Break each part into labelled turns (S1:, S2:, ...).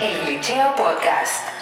S1: El Liceo Podcast.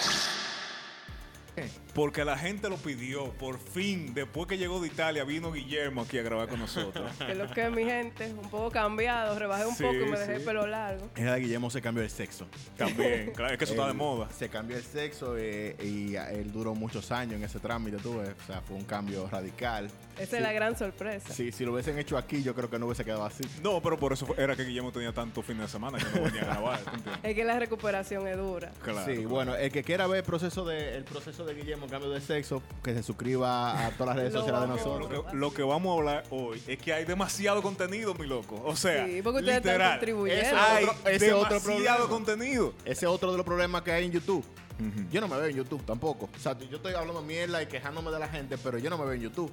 S2: Porque la gente lo pidió, por fin, después que llegó de Italia, vino Guillermo aquí a grabar con nosotros.
S3: Que lo que mi gente, un poco cambiado, rebajé un
S2: Sí,
S3: poco y me dejé
S2: sí.
S3: el pelo largo.
S4: Era de Guillermo se cambió el sexo.
S2: También, claro, es que eso está de
S4: Él
S2: moda.
S4: Se cambió el sexo eh, y a- él duró muchos años en ese trámite, tú ves. O sea, fue un cambio radical.
S3: Esa
S4: Sí.
S3: es la gran sorpresa.
S4: Sí, si lo hubiesen hecho aquí, yo creo que no hubiese quedado así.
S2: No, pero por eso fue- era que Guillermo tenía tanto fin de semana que no venía a grabar. ¿tú entiendes?
S3: Es que la recuperación es dura.
S2: Claro.
S4: Eh, sí, bueno, el que quiera ver el proceso de, el proceso de Guillermo, cambio de sexo, que se suscriba a todas las redes
S3: Lo
S4: sociales de
S3: vamos.
S2: Lo
S4: nosotros.
S2: que, lo que vamos a hablar hoy es que hay demasiado contenido, mi loco. O sea,
S3: Sí, porque ustedes están
S2: literal,
S3: contribuyendo.
S4: Eso
S2: hay
S4: es otro- ese es otro
S2: demasiado
S4: problema.
S2: contenido.
S4: Ese es otro de los problemas que hay en YouTube. Yo no me veo en YouTube tampoco. O sea, yo estoy hablando mierda y quejándome de la gente, pero yo no me veo en YouTube.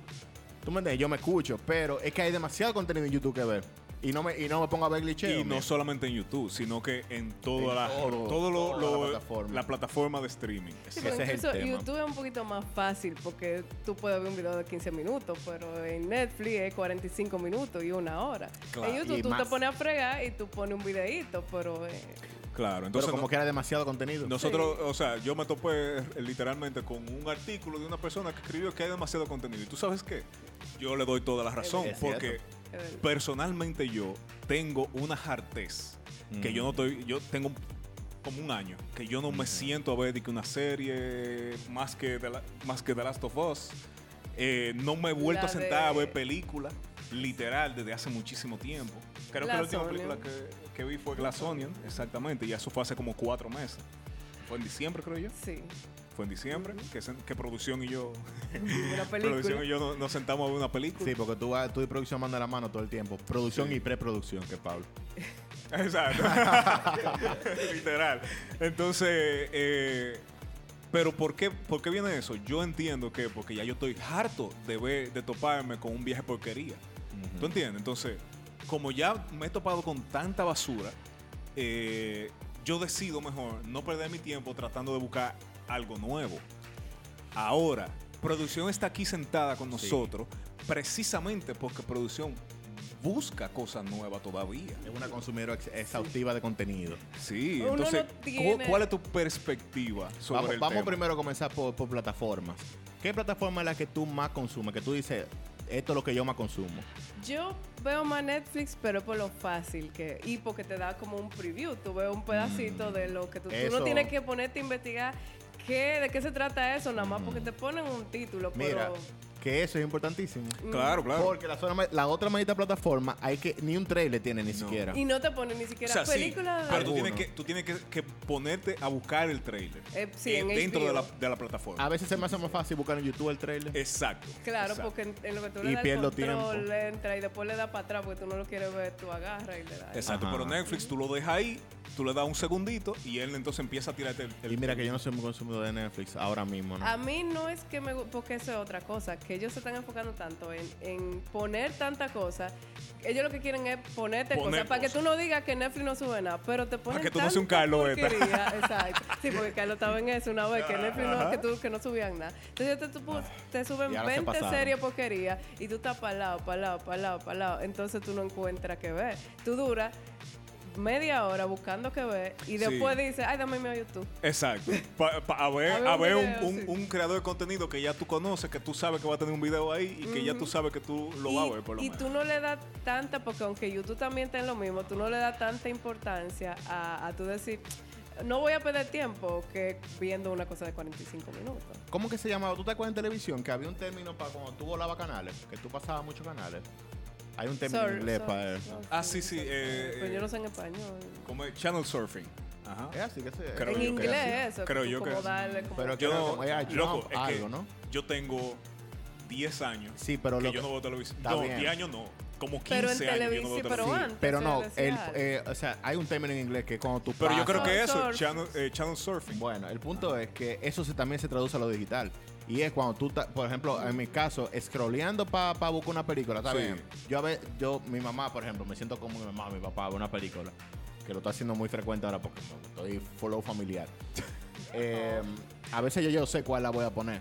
S4: Tú me entiendes, yo me escucho, pero es que hay demasiado contenido en YouTube que ver. Y no me, y no me pongo a ver glitcheo.
S2: Y no solamente en YouTube, sino que en toda
S4: En
S2: la,
S4: todo,
S2: todo lo- lo-
S4: toda la plataforma.
S2: la plataforma de streaming.
S3: Sí,
S4: Ese
S3: pero
S4: es el
S3: incluso
S4: tema.
S3: YouTube es un poquito más fácil porque tú puedes ver un video de 15 minutos, pero en Netflix es 45 minutos y una hora.
S2: Claro,
S3: en
S4: y
S3: YouTube tú
S4: más.
S3: te pones a fregar y tú pones un videíto, pero eh,
S2: Claro,
S4: Pero
S2: entonces
S4: como
S2: no-
S4: que era demasiado contenido.
S2: Nosotros, o sea, yo me topé eh, literalmente con un artículo de una persona que escribió que hay demasiado contenido. ¿Y tú sabes qué? Yo le doy toda la razón
S4: Es
S2: porque
S3: es verdad.
S2: personalmente yo tengo una jartez que yo no estoy, yo tengo como un año que yo no me siento a ver de que una serie más que The La- más que The Last of Us. Eh, no me he vuelto
S3: La
S2: a sentar
S3: de-
S2: a ver película literal desde hace muchísimo tiempo. Creo que la última
S3: Glass
S2: película
S3: Onion.
S2: que, que vi fue Glass Onion, exactamente, y eso fue hace como cuatro meses. Fue en diciembre, creo yo.
S3: sí,
S2: Fue en diciembre que, se- que producción y yo,
S3: una
S2: producción y
S3: película.
S2: yo no- nos sentamos a ver una película.
S4: Sí, porque tú, vas- tú y producción manda la mano todo el tiempo. Producción y preproducción, que Pablo.
S2: Exacto. Literal. Entonces, eh, pero ¿por qué, ¿por qué viene eso? Yo entiendo que porque ya yo estoy harto de ver, de toparme con un viaje porquería. ¿Tú entiendes? Entonces, como ya me he topado con tanta basura, eh, yo decido mejor no perder mi tiempo tratando de buscar algo nuevo. Ahora, producción está aquí sentada con nosotros precisamente porque producción busca cosas nuevas todavía.
S4: Es una consumidora ex- exhaustiva de contenido.
S2: Sí,
S3: Uno no
S2: entonces,
S3: tiene-
S2: ¿cu- ¿cuál es tu perspectiva sobre
S4: Vamos,
S2: el
S4: vamos
S2: tema?
S4: primero a comenzar por, por plataformas. ¿Qué plataforma es la que tú más consumes? Que tú dices, esto es lo que yo más consumo.
S3: Yo veo más Netflix, pero por lo fácil que. Y porque te da como un preview. Tú ves un pedacito de lo que tú. tú
S4: eso.
S3: no tienes que ponerte a investigar qué, de qué se trata eso, nada más porque te ponen un título.
S4: Mira,
S3: pero
S4: que eso es importantísimo.
S3: Mm,
S2: Claro, claro.
S4: Porque la, zona- la otra maldita plataforma, hay que ni un trailer tiene ni siquiera.
S3: Y no te ponen ni
S2: O
S3: siquiera
S2: sea, sí,
S3: película.
S2: pero tú
S4: Alguno.
S2: tienes, que, tú tienes que, que ponerte a buscar el trailer
S3: Eh, sí, en
S2: dentro
S3: HBO.
S2: de la, de la plataforma.
S4: A veces se me hace más fácil buscar en YouTube el trailer.
S2: Exacto.
S3: Claro,
S2: exacto.
S3: porque en, en lo que tú
S4: Y
S3: le das el
S4: pierdo
S3: control,
S4: tiempo.
S3: entra y después le das para atrás porque tú no lo quieres ver, tú agarras y le das.
S2: Exacto,
S4: Ajá.
S2: pero Netflix tú lo dejas ahí, tú le das un segundito y él entonces empieza a tirarte el... el-
S4: Y mira que yo no soy muy consumidor de Netflix ahora mismo, ¿no?
S3: A mí no es que me gu- porque eso es otra cosa, que ellos se están enfocando tanto en, en poner tanta cosa. Ellos lo que quieren es ponerte
S2: Poner
S3: cosas para que
S2: cosas.
S3: tú no digas que Netflix no sube nada, pero te ponen
S2: que tú no seas un
S3: tanta
S2: Carlos Beta.
S3: porquería, Exacto. Sí, porque Carlos estaba en eso una vez, que Netflix no, que tú- que no subían nada. Entonces te, tú-
S2: Ah,
S3: te suben
S4: Y ahora se
S3: 20
S4: pasaron.
S3: series porquería y tú estás para lado, para lado, para lado, para lado. Entonces tú no encuentras qué ver. Tú duras media hora buscando qué ver y después dices, ay, dame mi YouTube.
S2: Exacto. Pa- pa- a ver,
S3: A ver
S2: a
S3: un
S2: ver un,
S3: video,
S2: un-
S3: sí.
S2: un creador de contenido que ya tú conoces, que tú sabes que va a tener un video ahí y que ya tú sabes que tú lo vas a ver por lo
S3: Mm. y
S2: menos.
S3: tú no le das tanta, porque aunque YouTube también está en lo mismo, tú no le das tanta importancia a, a tú decir, no voy a perder tiempo que viendo una cosa de 45 minutos.
S4: ¿Cómo que se llamaba? ¿Tú te acuerdas en televisión que había un término para cuando tú volabas canales? Que tú pasabas muchos canales. Hay un término
S3: Sorry,
S4: en inglés
S3: sorry,
S4: para eso.
S3: no,
S2: Ah, sí, sí, eh,
S3: pero yo
S2: eh,
S3: no sé en español.
S2: Como el channel surfing. Ajá.
S4: Es así que se.
S2: Creo
S3: en
S2: yo que
S3: inglés
S2: sí.
S3: eso.
S2: Creo
S3: tú
S2: yo que
S3: como
S2: sí.
S3: darle como-
S4: Pero
S2: Yo
S4: Creo
S2: no,
S4: que como era
S2: loco,
S4: Trump,
S2: es
S4: algo,
S2: que
S4: ¿no?
S2: yo tengo 10 años
S4: Sí, pero
S2: que
S4: lo
S2: yo
S4: que-
S2: no veo televisión.
S4: está
S2: No,
S4: bien.
S2: 10 años no. Como 15
S3: Pero en
S2: años yo no
S3: televisión,
S2: veo
S3: pero
S2: televisión.
S3: antes.
S4: Pero
S3: se
S4: no,
S3: decía
S4: el,
S3: algo.
S4: eh, o sea, hay un término en inglés que cuando tú
S2: Pero yo creo
S4: pasas-
S2: que eso,
S3: Surf.
S2: channel, eh, channel surfing.
S4: Bueno, el punto es que eso se- también se traduce a lo digital. Y es cuando tú, ta- por ejemplo, en mi caso, scrolleando para buscar una película, está
S2: Sí.
S4: bien. Yo a ver, yo, mi mamá, por ejemplo, me siento como mi mamá, mi papá, ve una película. Que lo está haciendo muy frecuente ahora porque me- estoy follow familiar. Eh, a veces yo, yo sé cuál la voy a poner.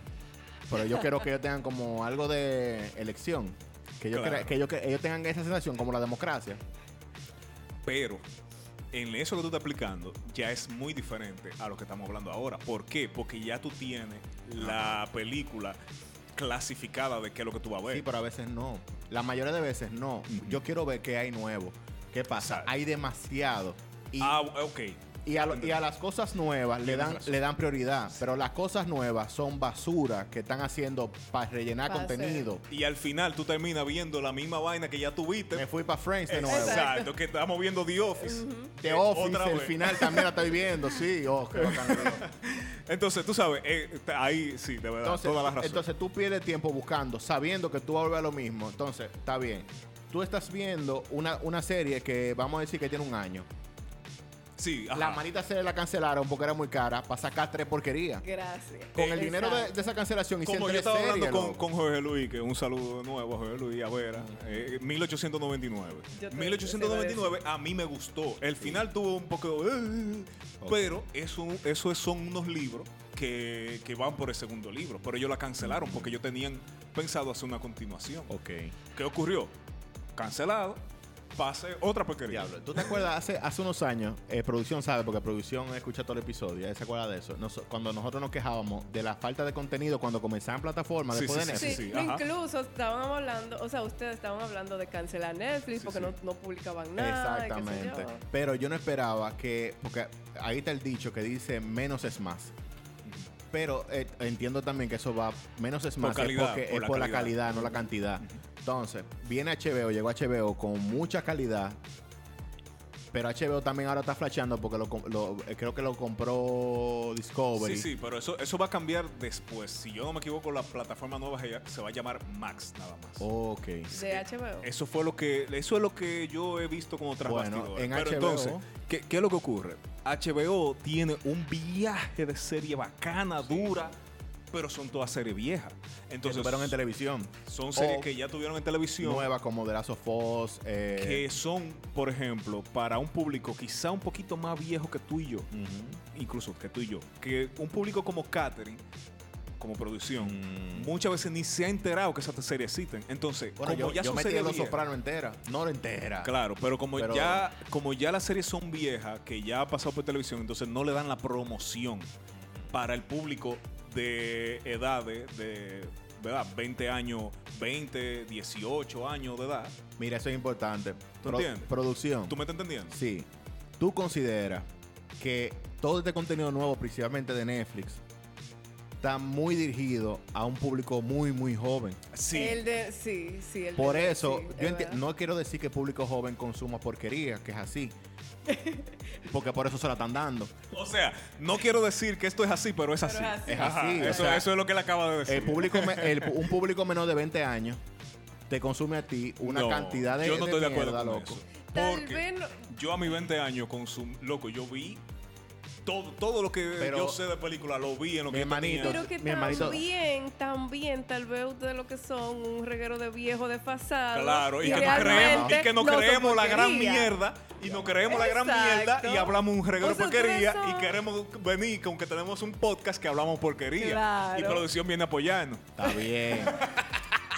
S4: Pero yo quiero que ellos tengan como algo de elección. Que, yo
S2: Claro.
S4: crea- que, ellos, que ellos tengan esa sensación como la democracia.
S2: Pero en eso que tú estás aplicando ya es muy diferente a lo que estamos hablando ahora. ¿Por qué? Porque ya tú tienes la película clasificada de qué es lo que tú vas a ver.
S4: Sí, pero a veces no. La mayoría de veces no. Yo quiero ver qué hay nuevo. ¿Qué pasa?
S2: Exacto.
S4: Hay demasiado. Y,
S2: ah, ok.
S4: y a, lo- y a las cosas nuevas le
S2: Tienes
S4: dan,
S2: razón.
S4: le dan prioridad. Pero las cosas nuevas son basura que están haciendo para rellenar
S3: Pa' hacer.
S4: contenido.
S2: Y al final tú terminas viendo la misma vaina que ya tuviste. Eh,
S4: Me fui para Friends de nuevo.
S2: Exacto, que estamos viendo The Office.
S4: The
S2: Eh,
S4: Office,
S2: otra
S4: el
S2: vez.
S4: final también la estoy viendo. Sí, oh, qué bacano.
S2: Entonces, tú sabes, eh, t- ahí sí, de verdad,
S4: Entonces,
S2: toda la razón.
S4: entonces tú pierdes tiempo buscando, sabiendo que tú vas a volver a lo mismo. Entonces, está bien. Tú estás viendo una, una serie que vamos a decir que tiene un año.
S2: sí, ajá.
S4: La maldita serie la cancelaron porque era muy cara para sacar tres porquerías.
S3: Gracias.
S4: Con el dinero de,
S3: Exacto.
S4: de esa cancelación
S2: Eh,
S4: hicieron
S2: Como yo
S4: tres
S2: estaba hablando
S4: series,
S2: con,
S4: loco.
S2: con Jorge Luis, que un saludo de nuevo a Jorge Luis, a Vera, eh, 1899.
S3: Yo te-
S2: 1899 a mí me gustó. El final tuvo un poco... eh,
S4: Ok.
S2: Pero eso, eso es- son unos libros que, que van por el segundo libro. Pero ellos la cancelaron porque ellos tenían pensado hacer una continuación. ¿Qué ocurrió? Cancelado, pase otra porquería.
S4: Diablo, ¿tú te acuerdas? Hace, hace unos años, eh, producción sabe, porque producción escucha todo el episodio, ella se acuerda de eso. Nos- cuando nosotros nos quejábamos de la falta de contenido cuando comenzaban plataformas
S2: Sí,
S4: después
S2: sí,
S4: de
S3: Sí,
S4: Netflix.
S2: sí, ajá.
S3: incluso estaban hablando, o sea, ustedes estaban hablando de cancelar Netflix
S2: Sí,
S3: porque
S2: sí.
S3: No, no publicaban nada. y qué sé
S4: Exactamente.
S3: yo.
S4: Pero yo no esperaba que. Porque ahí está el dicho que dice menos es más. Pero eh, entiendo también que eso va menos es
S2: Por
S4: más es
S2: calidad,
S4: porque
S2: por
S4: es
S2: la
S4: por la
S2: calidad.
S4: calidad, no la cantidad. Entonces, viene HBO, llegó HBO con mucha calidad. Pero HBO también ahora está flasheando porque lo, com- lo- eh, creo que lo compró Discovery.
S2: Sí, sí, pero eso, eso va a cambiar después. Si yo no me equivoco, la plataforma nueva se se va a llamar Max nada más.
S4: Ok.
S3: De HBO.
S2: Eso fue lo que eso es lo que yo he visto como tras
S4: Bueno,
S2: bastidores.
S4: en
S2: Pero
S4: HBO.
S2: entonces, ¿qué, qué es lo que ocurre? HBO tiene un viaje de serie bacana, dura, pero son todas series viejas.
S4: Entonces,
S2: Entonces,
S4: fueron en televisión.
S2: son series
S4: o
S2: que ya tuvieron en televisión
S4: Oh. Nueva como The Last of Us. eh,
S2: que son, por ejemplo, para un público quizá un poquito más viejo que tú y yo,
S4: ujú.
S2: incluso que tú y yo, que un público como Catherine como producción,
S4: Mm.
S2: muchas veces ni se ha enterado que esas series existen. Entonces,
S4: Bueno,
S2: como
S4: yo,
S2: ya
S4: yo
S2: son
S4: me tiré
S2: series
S4: los
S2: viejas-
S4: soprano entera. No la entera.
S2: Claro, pero como
S4: Pero-
S2: ya como ya las series son viejas, que ya ha pasado por televisión, entonces no le dan la promoción para el público de edades de ¿verdad? 20 años, 20, 18 años de edad.
S4: Mira, eso es importante.
S2: entiendes?
S4: Producción.
S2: ¿Tú me estás entendiendo?
S4: Sí. ¿Tú consideras que todo este contenido nuevo, principalmente de Netflix, está muy dirigido a un público muy, muy joven?
S2: Sí.
S3: El de, sí, sí. El de-
S4: Por eso,
S3: sí,
S4: yo
S3: es
S4: enti-
S3: verdad.
S4: no quiero decir que el público joven consuma porquería, que es así. Porque por eso se la están dando.
S2: O sea, no quiero decir que esto es así, pero es
S3: Pero
S2: así.
S3: es así.
S4: Es así, o
S2: eso,
S4: sea,
S2: eso es lo que él acaba de decir.
S4: El público me- el pu- un público menor de 20 años te consume a ti una
S2: No,
S4: cantidad de
S2: Yo no estoy de acuerdo
S4: mierda,
S2: con
S4: loco.
S2: eso.
S3: Tal
S2: Porque
S3: vez no-
S2: yo a mis 20 años consum loco, yo vi todo, todo lo que
S4: Pero-
S2: yo sé de película, lo vi en lo
S4: Mi
S2: que yo
S4: hermanito,
S2: tenía.
S3: Pero que
S4: mi hermanito-
S3: también, también, tal vez ustedes lo que son, un reguero de viejo desfasado.
S2: Claro, y, que nos
S3: realmente
S2: creemos, y que nos
S3: son
S2: creemos la gran
S3: porquería.
S2: mierda, y nos creemos la gran
S3: Exacto.
S2: mierda, y hablamos un reguero
S3: O sea,
S2: de porquería,
S3: ustedes
S2: y
S3: son-
S2: queremos venir con que tenemos un podcast que hablamos porquería.
S3: Claro.
S2: Y producción viene apoyarnos.
S4: Está bien.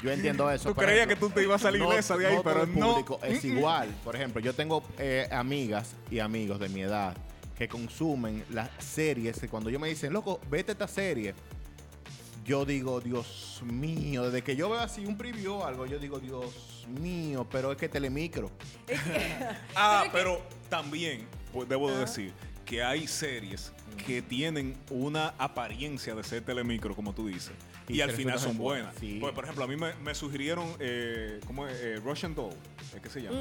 S4: Yo entiendo eso.
S2: Tú
S4: por
S2: creías
S4: ejemplo.
S2: que tú te ibas a salir ilesa de ahí,
S4: todo
S2: pero
S4: el
S2: no.
S4: público Es igual. Por ejemplo, yo tengo eh, amigas y amigos de mi edad que consumen las series. que Cuando yo me dicen, loco, vete a esta serie. Yo digo, Dios mío, desde que yo veo así un preview o algo, yo digo, Dios mío, pero es que Telemicro.
S2: Ah, pero también, pues debo decir, que hay series que tienen una apariencia de ser telemicro, como tú dices.
S4: Y
S2: Y, al
S4: que
S2: final
S4: resultan
S2: son
S4: buenas,
S2: buenas.
S4: sí.
S2: Pues, por ejemplo, a mí me, me sugirieron, eh, ¿cómo es? Eh, Russian Doll, ¿es que se llama?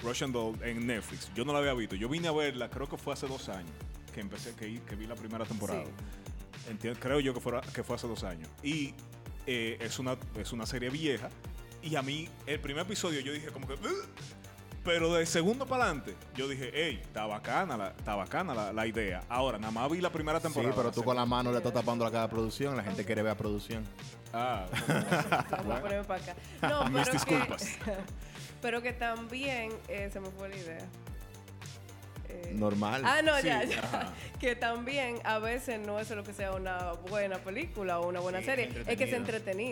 S2: Russian Doll en Netflix. Yo no la había visto. Yo vine a verla, creo que fue hace dos años, que empecé, que, que vi la primera temporada.
S3: Sí.
S2: Enti- creo yo que, fuera, que fue hace dos años. Y eh, es, una, es una serie vieja. Y a mí, el primer episodio, yo dije como que... "Ugh". Pero del segundo para adelante, yo dije, hey, está bacana, la, está bacana la, la idea. Ahora, nada más vi la primera
S4: Sí,
S2: temporada.
S4: pero tú con la mano le estás tapando la cara de producción. La gente quiere ver a producción.
S2: Ah,
S3: Vamos a ponerme para acá. No,
S2: Mis
S3: pero
S2: disculpas.
S3: Que, pero que también eh, se me fue la idea. Eh,
S4: normal.
S3: Ah, no,
S2: Sí,
S3: ya, ya.
S2: ajá.
S3: Que también a veces no es lo que sea una buena película o una buena
S4: Sí,
S3: serie, es que es entretenida,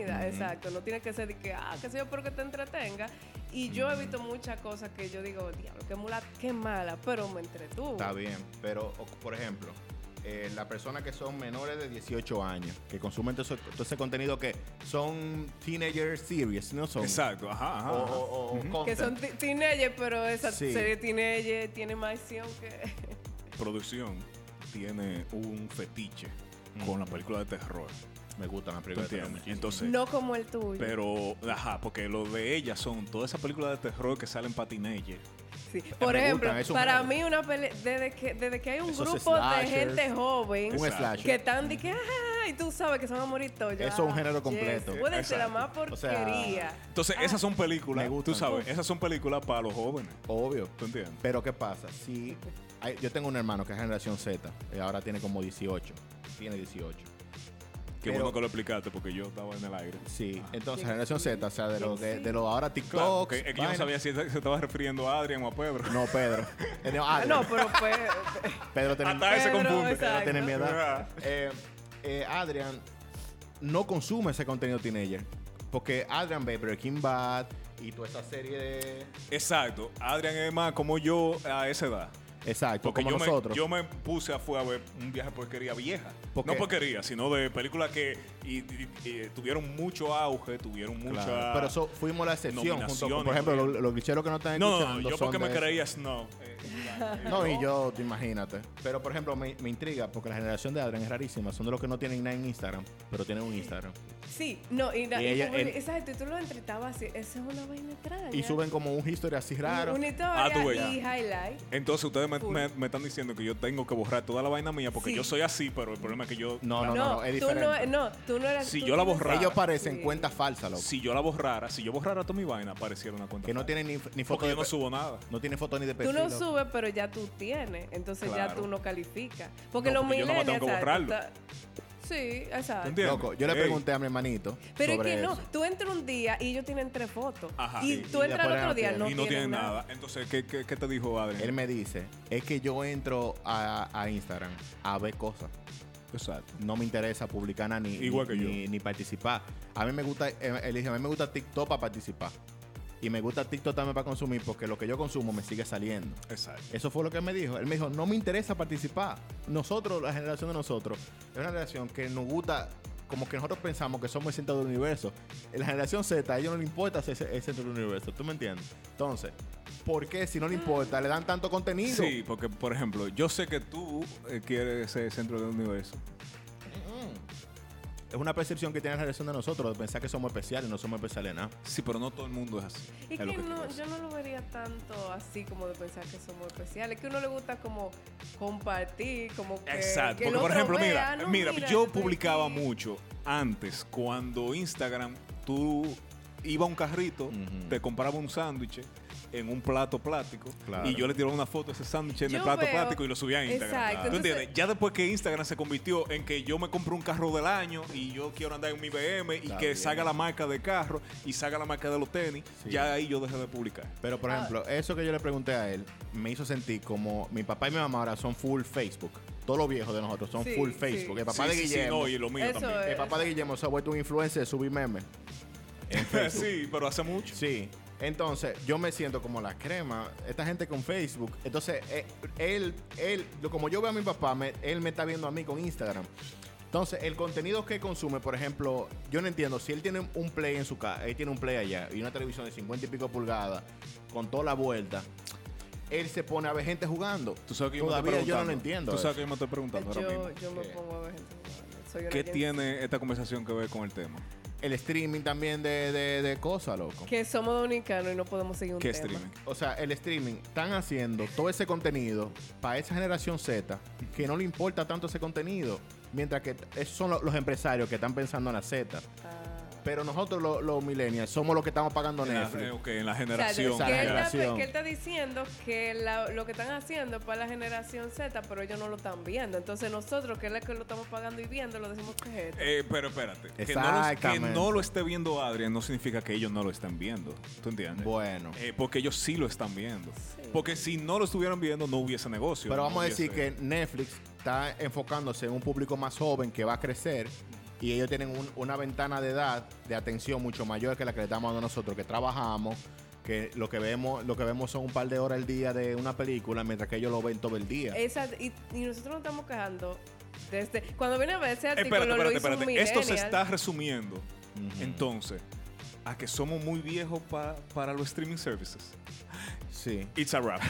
S4: entretenida. Ujú.
S3: exacto. No tiene que ser de que, ah, qué sé yo, pero que te entretenga. Y yo he visto muchas cosas que yo digo, diablo, qué, mula, qué mala, pero me entretuvo.
S4: Está bien, pero o- por ejemplo, eh, las personas que son menores de 18 años, que consumen todo, eso- todo ese contenido que son teenager series, ¿no son?
S2: Exacto, ajá, ajá.
S4: O,
S2: ajá.
S4: o- o
S3: Que
S4: content,
S3: son ti- teenagers, pero esa
S4: Sí.
S3: serie teenager tiene más acción que...
S4: oh.
S2: Producción tiene un fetiche con
S4: Mm.
S2: la película de terror.
S4: Me gustan las
S2: ¿Tú
S4: películas de
S2: entiendes?
S4: terror.
S2: Y entonces,
S3: No como el tuyo.
S2: pero, ajá, porque lo de ellas son todas esas películas de terror que salen para teenagers.
S3: Sí. Por
S4: me
S3: ejemplo,
S4: gustan, eso me
S3: para
S4: gusta.
S3: mí una pelea, desde que, desde que hay un
S4: Esos
S3: grupo de
S4: slashers.
S3: gente joven
S4: Un
S2: Exacto.
S4: slasher.
S3: que están de que, "Ah", y tú sabes que se van a morir todos.
S4: Eso es un género completo.
S3: Puede ser la
S2: Exacto.
S3: más
S4: O sea, ah,
S3: porquería.
S2: Entonces, esas son películas,
S4: Me
S2: tú
S4: gustan.
S2: sabes, esas son películas para los jóvenes.
S4: Obvio.
S2: ¿Tú entiendes?
S4: Pero ¿qué pasa? Si hay- yo tengo un hermano que es generación Z, y ahora tiene como 18. Tiene 18.
S2: Qué
S4: Pero-
S2: bueno que lo explicaste porque yo estaba en el aire.
S4: Sí, entonces
S3: Gen-
S4: generación Z, o sea, de lo,
S3: Gen
S4: de,
S3: Z.
S4: de lo ahora TikTok.
S2: Ah, Claro, porque es que yo no
S4: vaina.
S2: sabía si se estaba refiriendo a Adrián o a Pedro.
S4: No, Pedro. Eh, no,
S3: Ah,
S4: Adrian.
S3: no, pero pues,
S4: Pedro tiene-
S2: Hasta ese
S3: Pedro,
S2: confunde.
S3: exacto.
S4: no tiene mi edad.
S2: Ajá.
S4: Eh, eh, Adrian no consume ese contenido teenager. Porque Adrian ve Breaking Bad y toda esa serie de.
S2: Exacto. Adrian es más como yo a esa edad.
S4: Exacto,
S2: Porque
S4: como
S2: yo
S4: nosotros.
S2: me, yo me puse a, fue a ver un viaje de porquería vieja.
S4: Porque-
S2: No porquería, sino de películas que y- y- y tuvieron mucho auge, tuvieron mucha...
S4: Claro, Pero eso fuimos la excepción. Junto con, por
S2: nominaciones,
S4: ejemplo, los, los glitcheros que no están
S2: no, no,
S4: escuchando.
S2: yo
S4: son
S2: porque me
S4: de eso.
S2: creía Snow. eh,
S4: No, y yo, te imagínate. Pero, por ejemplo, me, me intriga porque la generación de Adrian es rarísima. Son de los que no tienen nada en Instagram, pero tienen un Instagram.
S3: sí, no, y, na-
S4: Y
S3: y
S4: ella-
S3: public-
S4: él-
S3: exacto, y tú lo entretabas así, eso es una vaina extraña.
S4: Y suben como un history así raro.
S3: Una historia
S2: Ah, tú ves.
S3: y highlight.
S2: Entonces ustedes me,
S3: Full.
S2: me- me están diciendo que yo tengo que borrar toda la vaina mía porque
S3: Sí.
S2: yo soy así, pero el problema es que yo...
S4: No, no, no, no, es
S3: tú no,
S4: diferente.
S3: no, tú no eras.
S2: Si
S3: tú
S2: yo la
S3: tienes-
S2: borrara.
S4: Ellos parecen
S3: Sí.
S4: cuentas falsas, loco.
S2: Si yo la borrara, si yo borrara toda mi vaina, apareciera una cuenta.
S4: Que no
S2: falsa.
S4: tienen ni, ni foto
S2: Porque
S4: de
S2: yo no
S4: pe-
S2: subo nada.
S4: no tienen foto ni de
S3: Tú
S4: perfil.
S3: no
S4: loco.
S3: subes, pero ya tú tienes, entonces ya
S2: Claro.
S3: tú no calificas. Porque
S2: No,
S3: los
S2: porque yo nada más
S3: millennials...
S2: tengo que
S3: exacto,
S2: borrarlo.
S3: está- Sí, exacto.
S2: ¿Entiendes?
S4: Loco, yo le
S2: Ey.
S4: pregunté a mi hermanito.
S3: Pero es
S4: sobre
S3: que no,
S4: eso.
S3: tú entras un día y ellos tienen tres fotos.
S2: Ajá.
S3: y
S2: Sí,
S3: tú
S4: y
S3: entras
S4: después
S3: al otro día,
S4: no
S3: no,
S2: y no tiene
S3: tienen
S2: nada. Entonces, ¿qué, qué, qué te dijo Adrián?
S4: Él me dice, es que yo entro a, a Instagram a ver cosas.
S2: Exacto.
S4: No me interesa publicar nada ni,
S2: Igual
S4: ni,
S2: que yo.
S4: ni- ni participar. A mí me gusta, eh, él dice, a mí me gusta TikTok para participar. Y me gusta TikTok también para consumir porque lo que yo consumo me sigue saliendo.
S2: Exacto.
S4: Eso fue lo que él me dijo. Él me dijo, no me interesa participar. Nosotros, la generación de nosotros, es una generación que nos gusta, como que nosotros pensamos que somos el centro del universo. En La generación Z, a ellos no les importa ser el centro del universo. ¿Tú me entiendes? Entonces, ¿por qué si no le importa, le dan tanto contenido?
S2: Sí, porque, por ejemplo, yo sé que tú eh, quieres ser el centro del universo.
S4: Es una percepción que tiene la generación de nosotros, de pensar que somos especiales, no somos especiales en nada.
S2: Sí, pero no todo el mundo es así.
S3: Es
S2: Es lo
S3: que
S2: que quiero
S3: no,
S2: decir.
S3: yo no lo vería tanto así como de pensar que somos especiales. Es que a uno le gusta como compartir, como que.
S2: Exacto,
S3: Eh, que el
S2: porque por ejemplo,
S3: otro
S2: mira,
S3: vea, no,
S2: mira,
S3: yo
S2: yo
S3: estoy
S2: publicaba
S3: aquí.
S2: mucho antes cuando Instagram tú iba a un carrito,
S4: Ujú.
S2: te compraba un sándwich en un plato plástico
S4: Claro.
S2: y yo le tiraba una foto a ese sándwich en el
S3: Yo
S2: plato
S3: veo-
S2: plástico y lo subía a Instagram.
S3: Exacto,
S2: ¿Tú
S3: entonces-
S2: entiendes? Ya después que Instagram se convirtió en que yo me compro un carro del año y yo quiero andar en mi BM y
S4: Está
S2: que
S4: bien.
S2: salga la marca de carro y salga la marca de los tenis,
S4: Sí.
S2: ya ahí yo dejé de publicar.
S4: Pero, por
S3: Ah.
S4: ejemplo, eso que yo le pregunté a él me hizo sentir como mi papá y mi mamá ahora son full Facebook. Todos los viejos de nosotros son
S3: Sí,
S4: full
S3: sí.
S4: Facebook. El papá
S2: Sí,
S4: de
S2: sí, sí,
S4: Guillermo.
S2: no, y lo mío
S3: Eso
S2: también.
S4: El papá de Guillermo se ha vuelto un influencer de subir memes.
S2: sí, pero hace mucho.
S4: Sí. Entonces, yo me siento como la crema. Esta gente con Facebook. Entonces, eh, él, él, lo- como yo veo a mi papá, me- él me está viendo a mí con Instagram. Entonces, el contenido que consume, por ejemplo, yo no entiendo. Si él tiene un play en su casa, él tiene un play allá y una televisión de 50 y pico pulgadas con toda la vuelta, él se pone a ver gente jugando.
S2: Tú sabes que yo me
S4: Todavía
S2: estoy
S4: yo no lo
S2: preguntando.
S4: entiendo.
S2: Tú
S4: eso.
S2: sabes que yo me estoy preguntando ahora mismo.
S3: Yo, yo me
S4: Sí.
S3: pongo a ver gente. jugando. Soy una
S2: ¿Qué
S3: Gen
S2: tiene esta conversación que ver con el tema?
S4: El streaming también de, de, de cosas, loco.
S3: Z. Que somos dominicanos y no podemos seguir un
S2: ¿Qué
S3: tema.
S2: streaming?
S4: O sea, el streaming, están haciendo todo ese contenido para esa generación Z que no le importa tanto ese contenido. Mientras que t- esos son lo- los empresarios que están pensando en la Z.
S3: Ah.
S4: Pero nosotros, los los millennials, somos los que estamos pagando
S2: En la,
S4: Netflix.
S2: eh, ok, en la
S3: O sea,
S2: generación.
S4: Exacto.
S3: que, él
S2: ya.
S3: está,
S4: generación.
S3: que él está diciendo que la- lo que están haciendo es para la generación Z, pero ellos no lo están viendo. Entonces nosotros, que es la que lo estamos pagando y viendo, lo decimos que es esto.
S2: Eh, pero espérate, que no, lo, que
S4: Exactamente.
S2: no lo esté viendo Adrián no significa que ellos no lo estén viendo. ¿Tú entiendes?
S4: Bueno.
S2: Eh, porque ellos sí lo están viendo.
S3: Sí.
S2: Porque si no lo estuvieran viendo, no hubiese negocio.
S4: Pero
S2: no
S4: vamos a decir que
S2: hubiese-
S4: Netflix está enfocándose en un público más joven que va a crecer y ellos tienen un- una ventana de edad de atención mucho mayor que la que le estamos dando nosotros, que trabajamos, que lo que vemos, lo que vemos son un par de horas al día de una película, mientras que ellos lo ven todo el día.
S2: Eh,
S3: Esa- y, y nosotros nos estamos quejando. Desde, cuando viene a ver ese artículo,
S2: Espérate,
S3: lo
S2: espérate,
S3: hizo un
S2: espérate. Esto se
S3: millennial.
S2: está resumiendo. Entonces, a que somos muy viejos pa- para los streaming services.
S4: Sí.
S2: It's a wrap.